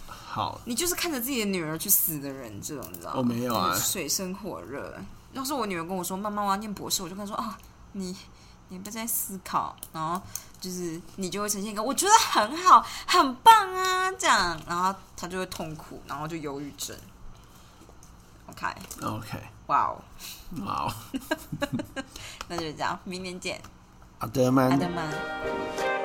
好，你就是看着自己的女儿去死的人，这种你知道吗？我没有啊就是水深火热。要是我女儿跟我说：“妈妈，我要念博士。”我就跟她说：“啊，你你不在思考。”然后就是你就会呈现一个我觉得很好、很棒啊这样，然后她就会痛苦，然后就忧郁症。OK， ，OK，哇哦，好，那就这样，明年见，阿德曼嗯阿。德曼。